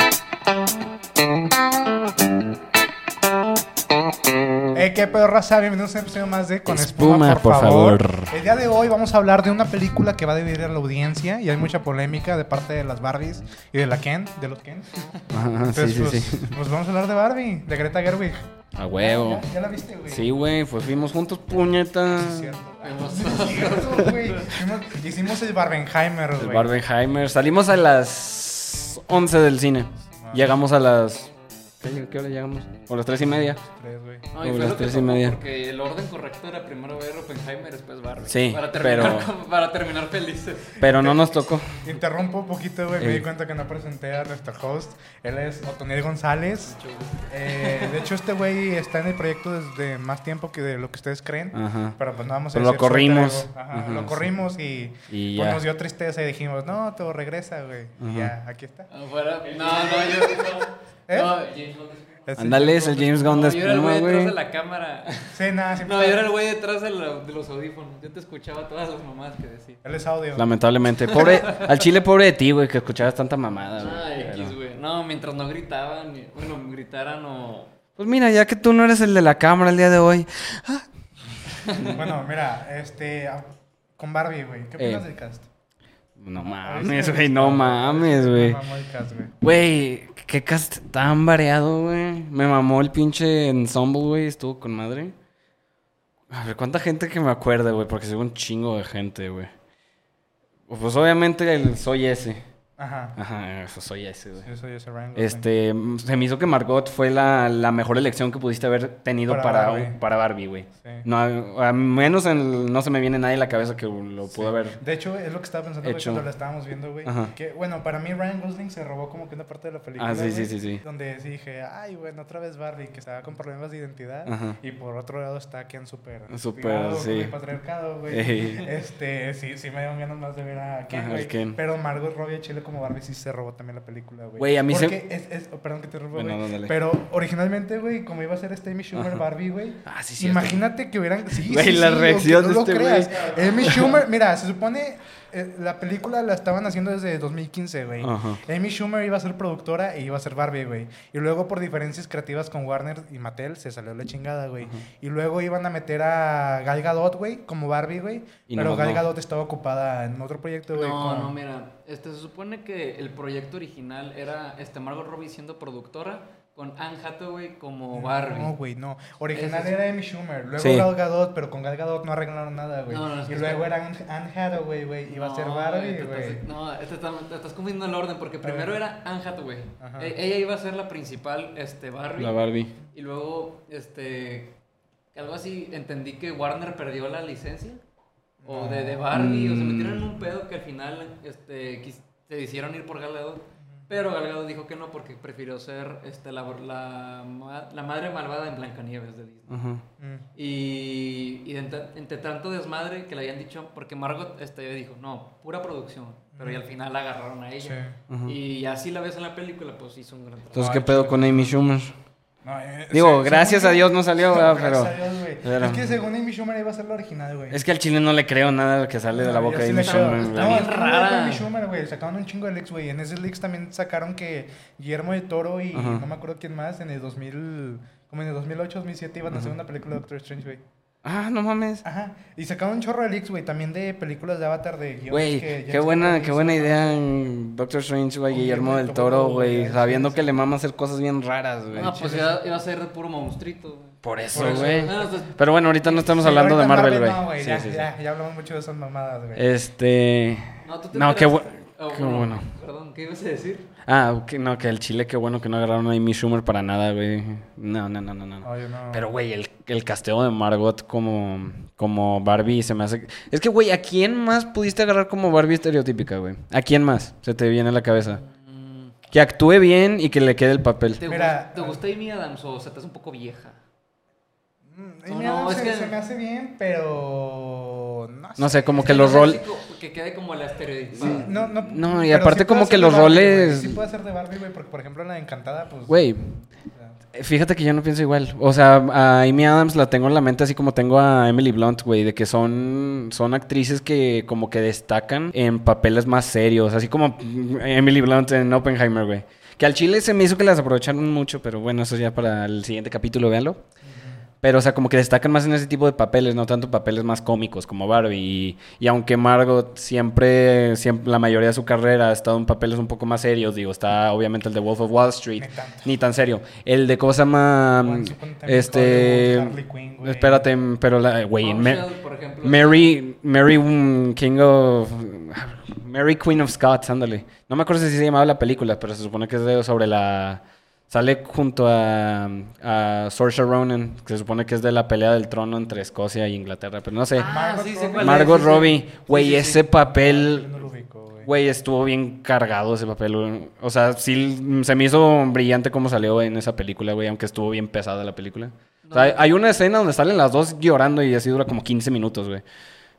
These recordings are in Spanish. Hey, Eh, qué pedo raza, bienvenidos a un episodio más de Con Espuma, Espuma, por, por favor. favor. El día de hoy vamos a hablar de una película que va a dividir a la audiencia y hay mucha polémica de parte de las Barbies y de la Ken, de los Ken. Ajá, sí, sí, pues, sí. pues vamos a hablar de Barbie, de Greta Gerwig. A huevo. ¿Ya, ya la viste, güey? Sí, güey, pues fuimos juntos, puñeta. Es cierto. Ah, Sí, es cierto, güey. Hicimos- Hicimos el Barbenheimer, El güey. Barbenheimer. Salimos a las 11 del cine. Ah. Llegamos a las. ¿Qué, qué hora llegamos? O las 3 y media. Tres, güey. No, y Como fue las lo que tres y tocó, media. Porque el orden correcto era primero ver Oppenheimer, después Barbie. Sí, para terminar, pero- para terminar felices. Pero no nos tocó. Interrumpo un poquito, güey. Me Ey. di cuenta que no presenté a nuestro host. Él es Otoniel González. Eh, de hecho, este güey está en el proyecto desde más tiempo que de lo que ustedes creen. Ajá. Pero pues no vamos a Pero lo decir su alter corrimos. ego. Ajá, Ajá, lo sí. corrimos y, Y pues, ya. nos dio tristeza y dijimos, no, te regresa, güey. Y ya, aquí está. Ah, fuera- No, no, yo. ¿Eh? No, James Bond. Así. Ándale, es el James Gunn No, de yo era el güey espuma, detrás güey. de la cámara. Sí, pues, nada, siempre No, yo está- era el güey detrás de, la- de los audífonos. Yo te escuchaba todas las mamás que decía. Él es audio. Lamentablemente. Pobre, al chile, pobre de ti, güey, que escuchabas tanta mamada, Ah, güey. Ay, Pero- Ah, X, güey. No, mientras no gritaban, y- bueno, gritaran o. Pues mira, ya que tú no eres el de la cámara el día de hoy. Bueno, mira, este... ah, Con Barbie, güey. ¿Qué opinas Eh, del cast? No mames, güey, no mames, güey. Me mamó el cast, güey. Güey, qué cast tan variado, güey. Me mamó el pinche ensemble, güey. Estuvo con madre. A ver, ¿cuánta gente que me acuerda, güey? Porque soy un chingo de gente, güey. Pues obviamente el soy ese. Ajá. Ajá, pues soy ese, güey. Yo soy ese rango. güey. Este, mm, se me hizo que Margot fue la, la mejor elección que pudiste haber tenido Para para, Barbie. para Barbie, güey. Sí. No, a- a menos en- no se me viene nadie a la cabeza que lo pudo haber. De hecho, es lo que estaba pensando güey, Hecho. cuando la estábamos viendo, güey. Ajá. Que, bueno, para mí Ryan Gosling se robó como que una parte de la película. Ah, sí, sí, güey, sí, sí. Donde sí dije, ay, bueno, otra vez Barbie, que estaba con problemas de identidad. Ajá. Y por otro lado está Ken súper... Súper, inspirado con sí. El patriarcado, güey. Ey. Este, sí, sí me dieron ganas más de ver a Ken, Ajá, güey. Ken. Pero Margot Robbie, Chile como Barbie, sí se robó también la película, güey. Güey, a mí se- Porque es, es- oh, Perdón que te robo, Bueno, güey. no, dale. Pero originalmente, güey, como iba a ser este Amy Schumer Ajá. Barbie, güey. Ah, sí, cierto. Imagínate que hubieran... Sí, Güey, sí, la sí, aunque reacción no de lo este creas. güey. Amy Schumer, mira, se supone eh, la película la estaban haciendo desde 2015, güey. Ajá. Amy Schumer iba a ser productora e iba a ser Barbie, güey. Y luego por diferencias creativas con Warner y Mattel se salió la chingada, güey. Y luego iban a meter a Gal Gadot, güey, como Barbie, güey. Y Pero nomás Gal no. Gadot estaba ocupada en otro proyecto, güey. No, con- no, mira, este, se supone que el proyecto original era este Margot Robbie siendo productora con Anne Hathaway como Barbie. No, güey, no. Original Ese sí. era Amy Schumer, luego Sí. Gal Gadot, pero con Gal Gadot no arreglaron nada, güey. No, no, es y que luego está- era Anne Anne Hathaway, güey, iba a ser No, Barbie, te güey. estás- No, te estás, te estás confundiendo el orden porque primero ver. era Anne Hathaway. Ajá. E- ella iba a ser la principal este, Barbie. La Barbie. Y luego, este. Algo así, entendí que Warner perdió la licencia. O Ah. de, de Barbie, o se metieron en un pedo que al final este, quis- se hicieron ir por Galgado. Pero Galgado dijo que no porque prefirió ser este, la, la, ma- la madre malvada en Blancanieves de Disney. Ajá. Mm. Y, y de ent- entre tanto desmadre que le habían dicho, porque Margot este, dijo, no, pura producción. Pero y al final la agarraron a ella. Sí. Ujú. Y así la ves en la película, pues hizo un gran trabajo. Entonces, Ay, ¿qué pedo chale. con Amy Schumer? No, eh, Digo, se- gracias según a yo- Dios no salió, ¿verdad? Gracias Pero- a Dios, güey. pero- Es que según Amy Schumer iba a ser la original, güey. Es que al chile no le creo nada que sale de la No, boca yo de sí Amy le creo. Schumer, Está güey. No, bien es que no era rara. Amy Schumer, güey. Sacaron un chingo de leaks, güey. En esos leaks también sacaron que Guillermo de Toro y Ajá. no me acuerdo quién más en el 2000... Como en el 2008, 2007 iban a hacer una película de Doctor Strange, güey. Ah, no mames. Ajá. Y sacaron un chorro de leaks, güey. También de películas de Avatar de guiones Güey, que qué James buena, Cameron qué hizo. buena idea en Doctor Strange, güey, Oye, Guillermo güey, del todo Toro, lo güey, de- sabiendo sí, que le mama hacer cosas bien raras, güey. No, pues iba, iba a ser de puro monstruito. güey. Por eso, por eso. güey. No, no, pues- Pero bueno, ahorita no estamos Sí, hablando de ahorita Marvel, güey. no, güey. Sí, ya, sí, sí. ya, ya hablamos mucho de esas mamadas, güey. Este... No, tú te No, qué, enteraste- bu- Ah, qué bueno. Perdón, ¿qué ibas a decir? Ah, que no, que el chile, qué bueno que no agarraron a Amy Schumer para nada, güey. No, no, no, no, no. no. Oye, no. Pero, güey, el, el casteo de Margot como, como Barbie se me hace... Es que, güey, ¿a quién más pudiste agarrar como Barbie estereotípica, güey? ¿A quién más se te viene a la cabeza? Mm, Que actúe bien y que le quede el papel. ¿Te, Mira, gus- ¿Te ah. gusta Amy Adams o se te hace un poco vieja? Mm, No, Amy no, Adams es se, que- se me hace bien, pero... No sé. No sé, como Es que los no sé roles... si co- Que quede como la estereotipada. No, no, No, y pero aparte puede como ser que de los Barbie, güey, roles- Sí puede ser de Barbie, güey, porque por ejemplo la de Encantada, pues... Güey, eh, fíjate que yo no pienso igual. O sea, a Amy Adams la tengo en la mente así como tengo a Emily Blunt, güey, de que son, son actrices que como que destacan en papeles más serios, así como mm, Emily Blunt en Oppenheimer, güey. Que al chile se me hizo que las aprovecharon mucho, pero bueno, eso ya para el siguiente capítulo, véanlo. Pero, o sea, como que destacan más en ese tipo de papeles, no tanto papeles más cómicos como Barbie. Y, y aunque Margot siempre, siempre, la mayoría de su carrera ha estado en papeles un poco más serios, digo, está obviamente el de Wolf of Wall Street, Ni tanto. ni tan serio. El de cosa más. Once Upon a Time in um, Este. Hollywood, Harley Quinn, güey. espérate, pero la. Güey, en Mer- Bombshell, por ejemplo. Mary, Mary mm, King of... Mary Queen of Scots, ándale. No me acuerdo si se llamaba la película, pero se supone que es de- sobre la... Sale junto a, a Saoirse Ronan, que se supone que es de la pelea del trono entre Escocia e Inglaterra, pero no sé. Ah, sí, sé cuál es, Margot sí, sí. Robbie, güey, Sí, sí, sí. ese papel... Yo Ah, no lo ubico, güey. Güey, estuvo bien cargado ese papel. güey. O sea, sí mm, se me hizo brillante cómo salió en esa película, güey, aunque estuvo bien pesada la película. O sea, hay- hay una escena donde salen las dos llorando y así dura como 15 minutos, güey.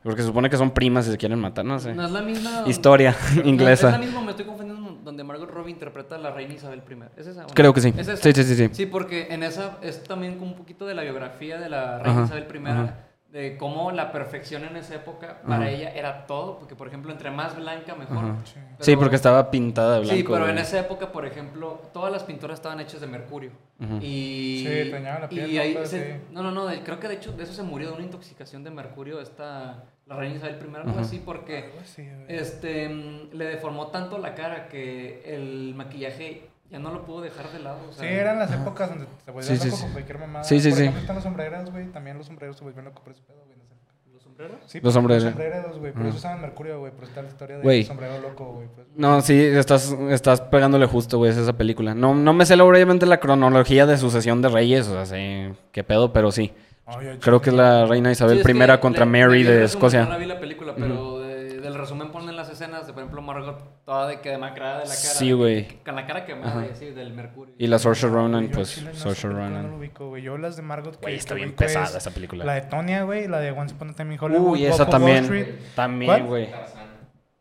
Porque se supone que son primas y se quieren matar, no sé. No es la misma. Historia No, Es inglesa. la misma, me estoy confundiendo donde Margot Robbie interpreta a la reina Isabel I. ¿Es esa? o no? Creo que sí. ¿Es esa? Sí, sí, sí, sí. Sí, porque en esa es también como un poquito de la biografía de la reina Ajá, Isabel I, ajá. de cómo la perfección en esa época para Ajá. ella era todo, porque por ejemplo, entre más blanca mejor. Ajá. Sí. Sí, porque estaba pintada de blanco. Sí, pero en güey. esa época, por ejemplo, todas las pinturas estaban hechas de mercurio. Ujú. Y Sí, dañaba la piel, y ¿no? ahí Pero se- sí. no, no, no, de- creo que de hecho de eso se murió de una intoxicación de mercurio esta la reina Isabel I, algo Ujú. así, porque Algo así, güey. este, mm, le deformó tanto la cara que el maquillaje ya no lo pudo dejar de lado. o sea, Sí, eran las épocas donde se volvían Sí, sí, loco sí. con cualquier mamada. Sí, sí, Por sí. ejemplo, están los sombreros, güey. También los sombreros se volvían locos por ese pedo, güey. en esa época. ¿Los sombreros? Sí, Los sombreros. Los sombreros, güey. Por Ajá. eso usaban mercurio, güey. Por está la historia del Güey. sombrero loco, güey. pues. por eso. No, sí, estás, estás pegándole justo, güey, es esa película. No, no me sé obviamente la cronología de sucesión de reyes, o sea, sé qué pedo, pero sí. Ay, ay, Creo que es la reina Isabel Sí, es I que contra le- Mary le vi el de resumen, No la Escocia. vi la película, pero de- del resumen ponen las escenas de, por ejemplo, Margot toda de que demacrada de la cara. Sí, de que- güey. que- Con la cara quemada y así, del mercurio. Y la Saoirse Güey, Ronan, yo pues, al chile no sé Saoirse por qué No lo Ronan. ubico, güey. Yo las de Margot. que- Güey, está que bien ubico es pesada esa La película. de Tonya, güey. La de Once Upon a Time in Hollywood. Uy, Wolf esa of Wall también. Street. ¿Cuál? Ah, También, güey.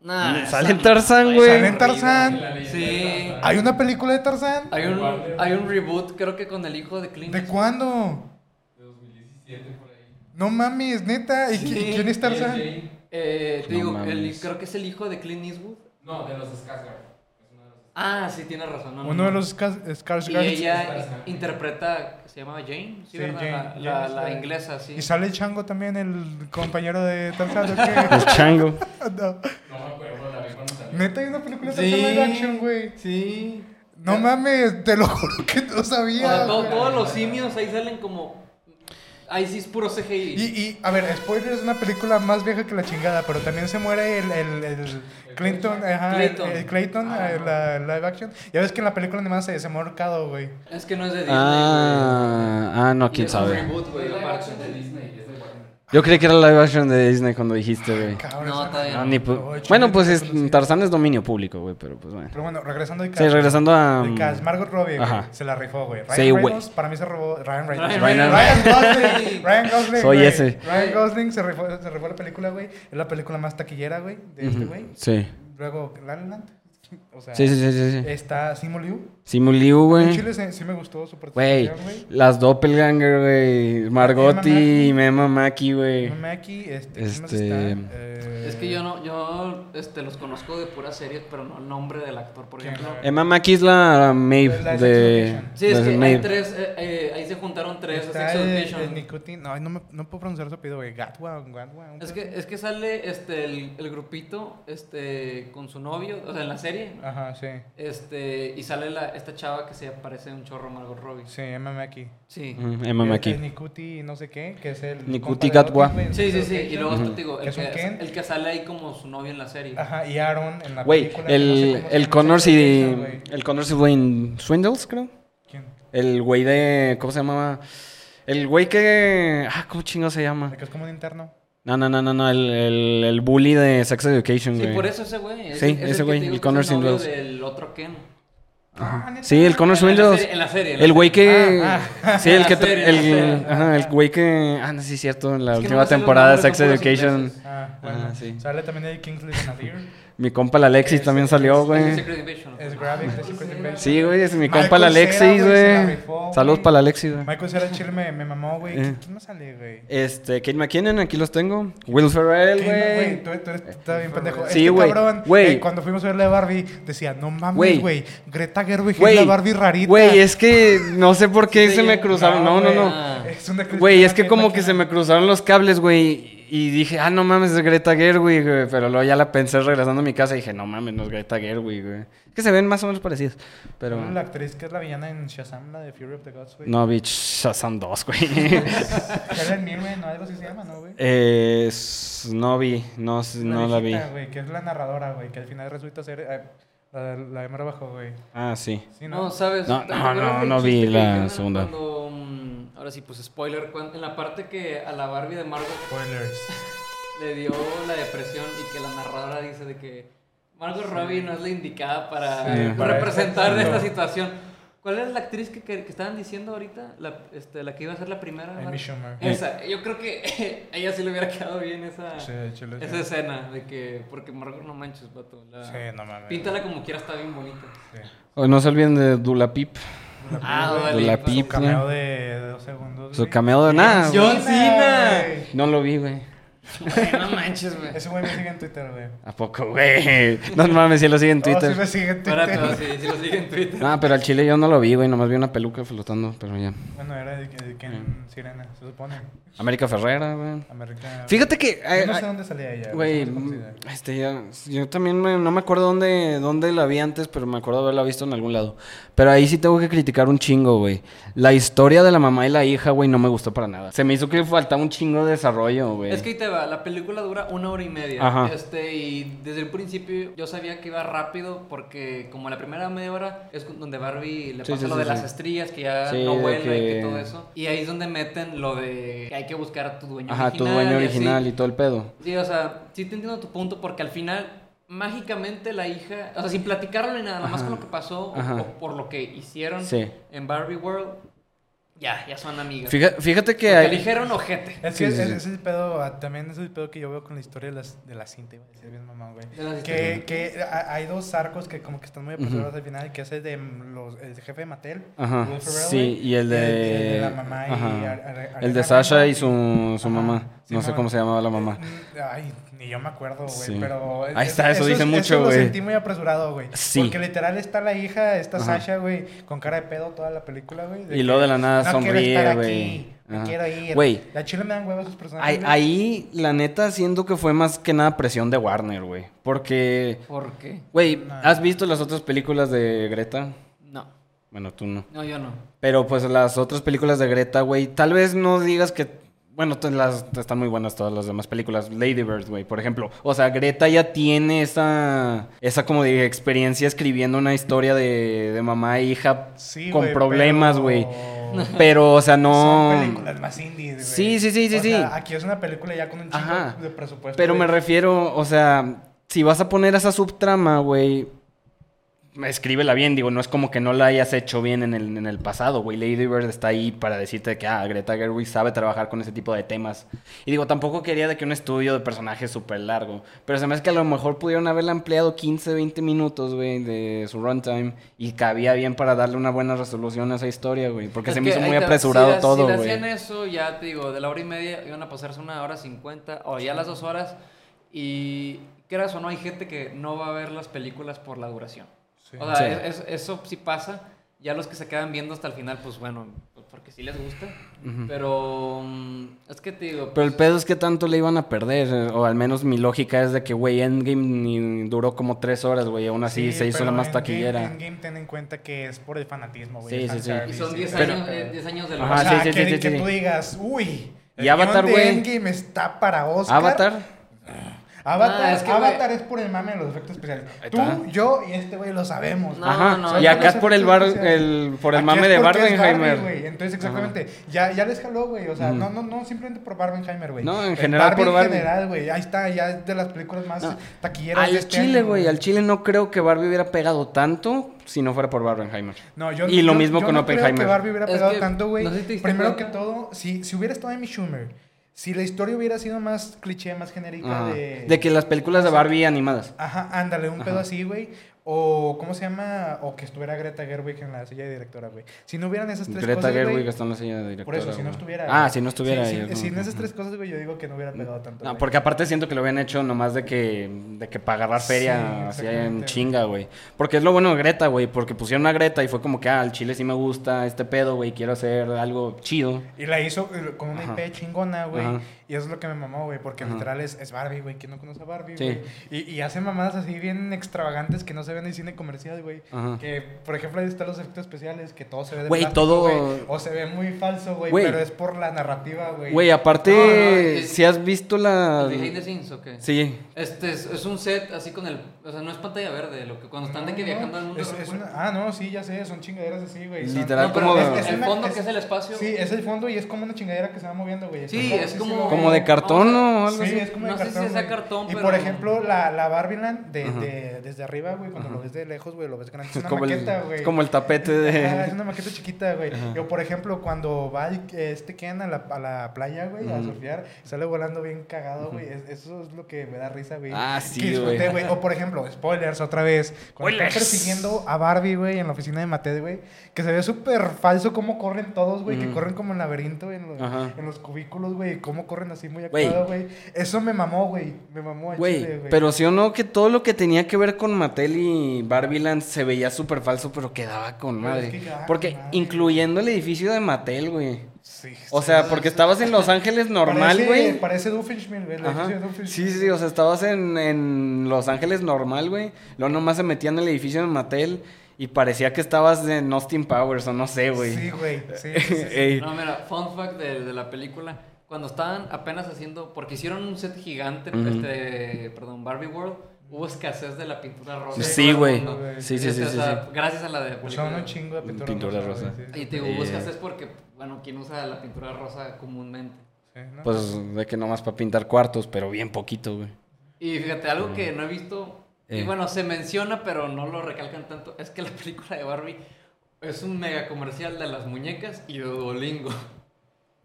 Nah, Mm, Sale en Tarzán, güey. Sale en Tarzán. Sí. ¿Hay una película de Tarzán? Hay un, hay un reboot, creo que con el hijo de Clint. ¿De cuándo? De 2017, por ahí. No mames, neta. ¿Y qui- Sí. quién es Tarzán? Eh, te No digo, mames. el- creo que es el hijo de Clint Eastwood. No, de los Skarsgård. Es uno de los- Ah, sí, tiene razón. no, no, Uno de no. los Scars Y ella interpreta, se llama Jane, ¿sí, Sí, verdad? La- Jane, la, Jane, la sí. inglesa, sí. Y sale el chango también, el compañero de Tarzán. ¿o El qué? chango. No. No me acuerdo, la vi cuando salió. Neta, hay una película de Tarzán live action, güey. Sí. No mames, te lo juro que no O sea, sabía. todo- güey. todos los simios ahí salen como. Ahí sí es puro CGI. Y, y, a ver, spoiler es una película más vieja que la chingada, pero también se muere el, el, el Clinton, ajá, Clayton. el, el Clayton, Ah, eh, no. la live action. Ya ves que en la película animada se, se muere ahorcado, güey. Es que no es de Disney. Ah, ah, no, güey. Y quién es un sabe. reboot, güey, Es live aparte. action de Disney, es de Warner. Yo creí que era live action de Disney cuando dijiste, güey. Cabrón, No, esa- todavía No, no. ni pu- bueno, pues es- Tarzán es dominio público, güey, pero pues bueno. Pero bueno, regresando de Sí, Cars. regresando a... de Cars, Margot Robbie, güey, Um, Ajá. se la rifó, güey. Ryan Sí, güey. Reynolds, para mí se robó Ryan Reynolds. Ryan Ryan Reynolds. Gosling. Ryan Gosling. Soy güey. ese. Ryan Gosling se rifó, se rifó la película, güey. Es la película más taquillera, güey, de este güey. Sí. Luego, La La Land. O sea, Sí, sí, sí, sí. sí. está Simu Liu. Simu Liu, En güey. Chile se- sí me gustó su Güey, participación, güey. las Doppelganger, güey. Margot y Mema Maki, güey. Maki, este, ¿quién más Este- está? Eh, Es que yo no, yo este, los conozco de puras series, pero no el nombre del actor, por ¿Quién? ejemplo. Emma Mackey es la Maeve La Sex de... Education. Sí, es de que hay Maeve. tres, eh, eh, ahí se juntaron tres de Está Sex el, Education. el Nicotin- No, no, me- no puedo pronunciar su apellido, güey. Gatwa, Gatwa. un Es pedo. que, es que sale este, el, el grupito este, con su novio, o sea, en la serie. Ajá, sí. Este, y sale la, esta chava que se parece un chorro a Margot Robbie. Sí, Emma Maki. Sí. Ujú, Emma Mackey. El Nikuti, no sé qué, que es el. Nikuti compa de Gatwa. Loki, güey, en Sí, sí, Sex sí. Y Education. luego está, te digo, ¿Que el es un que, Ken? el que sale ahí como su novio en la serie. Ajá, y Aaron en la Güey, película. que no sé el, cómo se el llama, Connors Sex y... Education, güey. El Connors y Wayne Swindles, creo. ¿Quién? El güey de... ¿Cómo se llamaba? El güey que... Ah, ¿cómo chingo se llama? El que es como un interno. No, no, no, no, no. El, el, el bully de Sex Education, Sí, güey. por eso ese güey. es Sí, el- es ese el que güey, te digo el que es Connor novio Sindals. del otro Ken. Ah, neta. Sí, el Connors En la Swindles. serie- en la serie, en la El güey que. Ah, Sí, el La que. serie, el, la serie. ajá, el güey que. Ah, no, sí, es cierto. En la Es que última no me sé los temporada de Sex nombres, son puros Education. ingleses. Ah, bueno. Ah, sí. Sale también el Kingsley Benadir. Mi compa el Alexis también salió, güey. Secret Invasion. Es Gravik de Secret Invasion. Sí, güey, es mi Michael compa el Cera, Alexis, güey, se la güey. rifó, güey. Saludos para el Alexis, güey. Michael Cera Chile me, me mamó, güey. Eh. ¿Quién me sale, güey? Este, Kate McKinnon, aquí los tengo. Will Ferrell, ¿Qué, no, Güey, güey. tú, tú eres tú estás bien pendejo. Sí, este güey, cabrón, güey. eh, cuando fuimos a verle a Barbie, decía, no Güey. mames, güey. Greta Gerwig Güey, es la Barbie rarita. Güey, es que no sé por qué Sí, se me no, cruzaron. No, no, güey. no. Ah. Es una Güey, es que Kate como que se me McKinnon. cruzaron los cables, güey. Y dije, ah, no mames, es Greta Gerwig, güey. Pero luego ya la pensé regresando a mi casa y dije, no mames, no es Greta Gerwig, güey. Es que se ven más o menos parecidas. Pero. La actriz que es la villana en Shazam, la de Fury of the Gods, güey. No, bitch, Shazam 2, güey. Helen Mirren, ¿no? Algo así se llama, ¿no, güey? Eh, s- no vi, no, s- no la vi. viejita, güey, que es la narradora, güey, que al final resulta ser eh, la, de- la de mar abajo, güey. Ah, sí. Sí, ¿no? No, sabes. No, ¿Te no, acuerdas no, del no vi chiste que la dijeron segunda. cuando, mm, ahora sí, pues spoiler. cuan- en la parte que a la Barbie de Margot Spoilers. le dio la depresión y que la narradora dice de que Margot Robbie no es la indicada para, Sí, para para representar esta- esta situación. ¿Cuál es la actriz que, que, que estaban diciendo ahorita? La, este, la que iba a ser la primera. Amy Barbie. Schumer. Esa, yo creo que a ella sí le hubiera quedado bien esa, Sí, de hecho, lo- esa escena de que, porque Margot no manches, vato. la- Sí, no mames. Píntala como quiera, está bien bonita. Sí. Oh, no se olviden de Dula Pip. Ah, De la Dula Su Pip. cameo güey. de, de dos segundos. Su güey. cameo de nada. güey. John Cena. güey. No lo vi, güey. no manches, güey. Ese güey me sigue en Twitter, güey. ¿A poco, güey? No mames, si lo siguen en Twitter. Twitter. sí me sigue en Ahora, Twitter. pero si, si lo sigue en Twitter. No, pero al chile yo no lo vi, güey. Nomás vi una peluca flotando, pero ya. Bueno, era de, de Ken Mm. Sirena, se supone. América Ferrera, güey. América. Fíjate que. Yo eh, no sé eh, dónde salía ella. Güey, no sé dónde salía. este, ya- yo también me- no me acuerdo dónde, dónde la vi antes, pero me acuerdo haberla visto en algún lado. Pero ahí sí tengo que criticar un chingo, güey. La historia de la mamá y la hija, güey, no me gustó para nada. Se me hizo que faltaba un chingo de desarrollo, güey. Es que ahí te va, la película dura una hora y media. Ajá. Este, y desde el principio yo sabía que iba rápido porque como la primera media hora es cu- donde Barbie le Sí, pasa sí, lo sí, de sí. las estrellas, que ya Sí, no de vuela y que- que todo eso. Y ahí es donde meten lo de que hay que buscar a tu dueño Ajá, tu original. dueño y así. original y todo el pedo. Sí, o sea, sí te entiendo tu punto porque al final mágicamente la hija, o sea, sin platicarlo ni nada, nada más Ajá. con lo que pasó o, Ajá. o por lo que hicieron Sí. en Barbie World, ya, ya son amigas. Fíjate, fíjate que. Porque hay- eligieron ojete. Es Sí, que sí, ese sí. es el pedo, ah, también es el pedo que yo veo con la historia de, las, de la cinta, iba a decir bien mamá, güey. De las Que, que ha- hay dos arcos que como que están muy apresurados al final, que es el de mm, los, el jefe de Mattel, Ajá, Will Ferrell, sí, güey, y el de... el de la mamá y ajá, Ar- Ar- El Ariana de Sasha Grande. y su, su Ajá, mamá. sí, No sé mamá. cómo se llamaba la mamá. Mm, Ay, ni yo me acuerdo, güey, Sí. pero... Ahí está, eso dice es- mucho, Eso güey. lo sentí muy apresurado, güey. Sí. Porque literal está la hija, está Ajá. Sasha, güey, con cara de pedo toda la película, güey. Y luego de la nada no quiero sonríe, estar güey. aquí, Me Ajá. quiero ir. Güey. La chile me dan huevos sus Ahí, personajes. ahí, la neta, siento que fue más que nada presión de Warner, güey. Porque, ¿Por qué? güey, No. ¿has visto las otras películas de Greta? No. Bueno, tú no. No, yo no. Pero pues las otras películas de Greta, güey, tal vez no digas que... Bueno, t- las, están muy buenas todas las demás películas. Lady Bird, güey, por ejemplo. O sea, Greta ya tiene esa... Esa como de experiencia escribiendo una historia de, de mamá e hija Sí, con güey, problemas, pero- güey. Pero, o sea, no... Son películas más indies, güey. Sí, sí, sí, sí, O sea, sí. aquí es una película ya con un chingo Ajá. de presupuesto. Pero me güey. refiero, o sea, si vas a poner esa subtrama, güey, escríbela bien, digo, no es como que no la hayas hecho bien en el, en el pasado, güey. Lady Bird está ahí para decirte que, ah, Greta Gerwig sabe trabajar con ese tipo de temas. Y digo, tampoco quería de que un estudio de personajes súper largo, pero se me hace que a lo mejor pudieron haberla ampliado 15, 20 minutos, güey, de su runtime y cabía bien para darle una buena resolución a esa historia, güey, porque Es se me que hizo ahí muy te va, apresurado si la- todo, Si le güey. hacían eso, ya te digo, de la hora y media iban a pasarse una hora cincuenta o ya las dos horas. Y quieras o no, hay gente que no va a ver las películas por la duración. Sí. O sea, Sí. es- es- eso sí pasa. Ya los que se quedan viendo hasta el final, pues bueno, pues, porque sí les gusta. Pero mm, es que te digo. Pero el pues, pedo es que tanto le iban a perder, eh, o al menos mi lógica es de que, güey, Endgame ni duró como tres horas, güey, aún así se hizo pero la más Endgame- taquillera. Endgame ten en cuenta que es por el fanatismo, güey. Sí, es sí, sí. fanservice, Y son sí, 10 pero- años, de- 10 años de la Ajá, o sí, sea, sí, que, sí, sí, que sí. tú digas, uy, el Y Avatar, guión de güey. Endgame está para Oscar. Avatar, Avatar, Ah, es que, Avatar es por el mame de los efectos especiales. Ahí Tú, está. yo y este güey lo sabemos. No, ajá, no, y no, acá no, es por el no, bar, no, no, el, por el Aquí mame es de porque es Barbie, Barbenheimer. güey. Entonces, exactamente. Ya, ya les jaló, güey. O sea, no, no, no, simplemente por Barbenheimer, güey. No, en Eh, general por Barbie. En general, güey. Ahí está, ya es de las películas más No. taquilleras de Al este Chile, año, güey, al Chile no creo que Barbie hubiera pegado tanto si no fuera por Barbenheimer. No, yo, Y lo mismo con no Oppenheimer. creo que Barbie hubiera Es pegado que, tanto, güey. no sé si te diste Primero que cuenta. todo, si, si hubiera estado Amy Schumer, Si la historia hubiera sido más cliché, más genérica Ajá. de... De que las películas de Barbie animadas. Ajá, ándale, un pedo Ajá. así, güey. O, ¿cómo se llama? O que estuviera Greta Gerwig en la silla de directora, güey. Si no hubieran esas tres Greta cosas, Gerwig güey, está en la silla de directora. Por eso, si no güey. estuviera... Ah, güey. si no estuviera. Sí, yo sí, como- sin esas tres cosas, güey, yo digo que no hubiera pegado tanto. No, güey. porque aparte siento que lo habían hecho nomás de que, de que para agarrar Sí, feria así en exactamente. chinga, güey. Porque es lo bueno de Greta, güey, porque pusieron a Greta y fue como que, ah, el chile sí me gusta, este pedo, güey, quiero hacer algo chido. Y la hizo eh, con una Ajá. IP chingona, güey. Ajá. Y eso es lo que me mamó, güey. Porque Ajá. literal es, es Barbie, güey. ¿Quién no conoce a Barbie, Sí. güey? Y, y hace mamadas así bien extravagantes que no se ven en cine comercial, güey. Ajá. Que, por ejemplo, ahí están los efectos especiales, que todo se ve de Güey, plástico, todo- güey, O se ve muy falso, güey. Güey. Pero es por la narrativa, güey. Güey, No, no, aparte, es- si has visto la... ¿Los behind the scenes o qué? Sí, Este es, es un set así con el. O sea, no es pantalla verde, lo que cuando están de que Ah, No, viajando al mundo. es- real, es güey. una- ah, no, sí, ya sé, son chingaderas así, güey. son- Literal, No, pero como- es- el una- fondo que es el espacio. Sí, es el fondo y es como una chingadera que se va moviendo, güey. Sí, Está es famosísimo, como- güey. como de cartón o algo Sí, así. es como de No sé si cartón. sea güey. cartón, Y por pero- ejemplo, la, la Barbieland, de, Ajá. de- desde arriba, güey, cuando lo ves de lejos, güey, lo ves grande. Es Es una como, maqueta, el, güey. es como el tapete Ajá, es de... una maqueta chiquita, güey. Yo, por ejemplo, cuando va el- este Ken a la, a la playa, güey, a Ujú. surfear, sale volando bien cagado, güey. Es- eso es lo que me da risa, güey. Ah, Que sí, disfruté, güey. O, por ejemplo, spoilers otra vez. Cuando están Spoilers. persiguiendo a Barbie, güey, en la oficina de Matez, güey, que se ve súper falso cómo corren todos, güey, que Ujú. corren como en laberinto, güey, en los, Mm. Ajá. en los cubículos, güey, cómo corren así muy Güey. actuado, güey. Eso me mamó, güey. Me mamó al chile, Güey, pero sí o no que todo lo que tenía que ver con Mattel y Barbieland se veía súper falso, pero quedaba con Pero es madre. que quedaba con Porque madre. incluyendo el edificio de Mattel, güey. Sí, O sí. sea, porque estabas en Los Ángeles normal, Parece- güey. Parece Doofenshmirtz, güey. el Ajá. edificio de Doofenshmirtz. Sí, sí, sí, o sea, estabas en, en Los Ángeles normal, güey. Luego nomás se metían en el edificio de Mattel y parecía que estabas en Austin Powers o no sé, güey. Eh, Sí, güey. Sí, sí, sí, sí. Ey, No, mira, fun fact de, de la película. Cuando estaban apenas haciendo, porque hicieron un set gigante, Ujú. este, perdón, Barbie World, hubo escasez de la pintura rosa. Sí, en todo el güey. mundo. Sí, sí, Este, sí, o sí, sea, Gracias a la de Usaban Pues un película. chingo de pintura, Pintura rosa. güey, sí, Y sí, te digo, Eh. hubo escasez porque, bueno, ¿quién usa la pintura rosa comúnmente? sí, ¿no? Pues de que nomás para pintar cuartos, pero bien poquito, güey. Y fíjate, algo que no he visto, y Mm. Eh. bueno, se menciona, pero no lo recalcan tanto, es que la película de Barbie es un mega comercial de las muñecas y de Duolingo.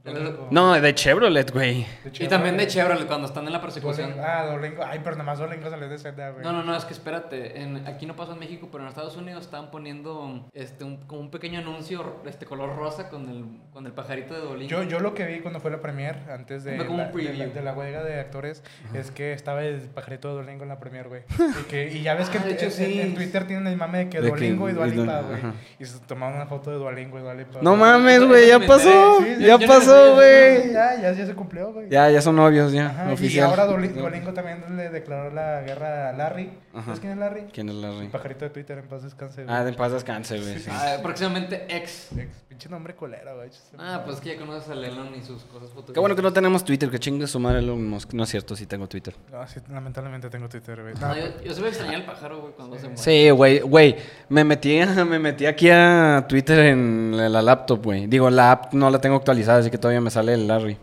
Duolingo. No, de Chevrolet, güey. De Y Chevrolet. también de Chevrolet cuando están en la persecución. Duolingo. Ah, Dolingo. Ay, pero nomás Dolingo salió de Zelda, güey. No, no, no, es que espérate, en- aquí no pasa en México, pero en Estados Unidos estaban poniendo este, un, como un pequeño anuncio este color rosa con el, con el pajarito de Duolingo. Yo, yo lo que vi cuando fue la premier, antes de, Fue como la, un de, la, preview. de la huelga de actores, es que estaba el pajarito de Dolingo en la premier, güey. Y, que- y ya ves que Ah, de en- hecho, en, sí. en Twitter tienen el mame de que De que- Dolingo y y Dualipa, Dual- güey. ajá. Y se tomaron una foto de Dolingo y Dualipa. No mames, güey, ya Sí, pasó. sí, Ya yo no pasó, sabía, güey. Ya, ya, ya se cumplió, güey. Ya, ya son novios, ya. Ajá, oficial. Y ahora Duoli- Duolingo también le declaró la guerra a Larry. ¿Sabes quién es Larry? ¿Quién es El Larry? pajarito de Twitter, en paz descanse. güey. Ah, de en paz descanse, güey. sí. Ah, próximamente ex. Ex- pinche nombre colero, güey. Ah, pues que ya conoces a Elon y sus cosas futuras. Qué bueno que no tenemos Twitter, que chingue su madre Elon Musk. No es cierto, sí tengo Twitter. No, sí, lamentablemente tengo Twitter, güey. No, No, yo, yo se voy a extrañar al pájaro, güey, cuando se muere. Sí, güey, güey, me metí, a- me metí aquí a Twitter en la la laptop, güey. Digo, la app no la tengo actualizada, así que todavía me sale el Larry.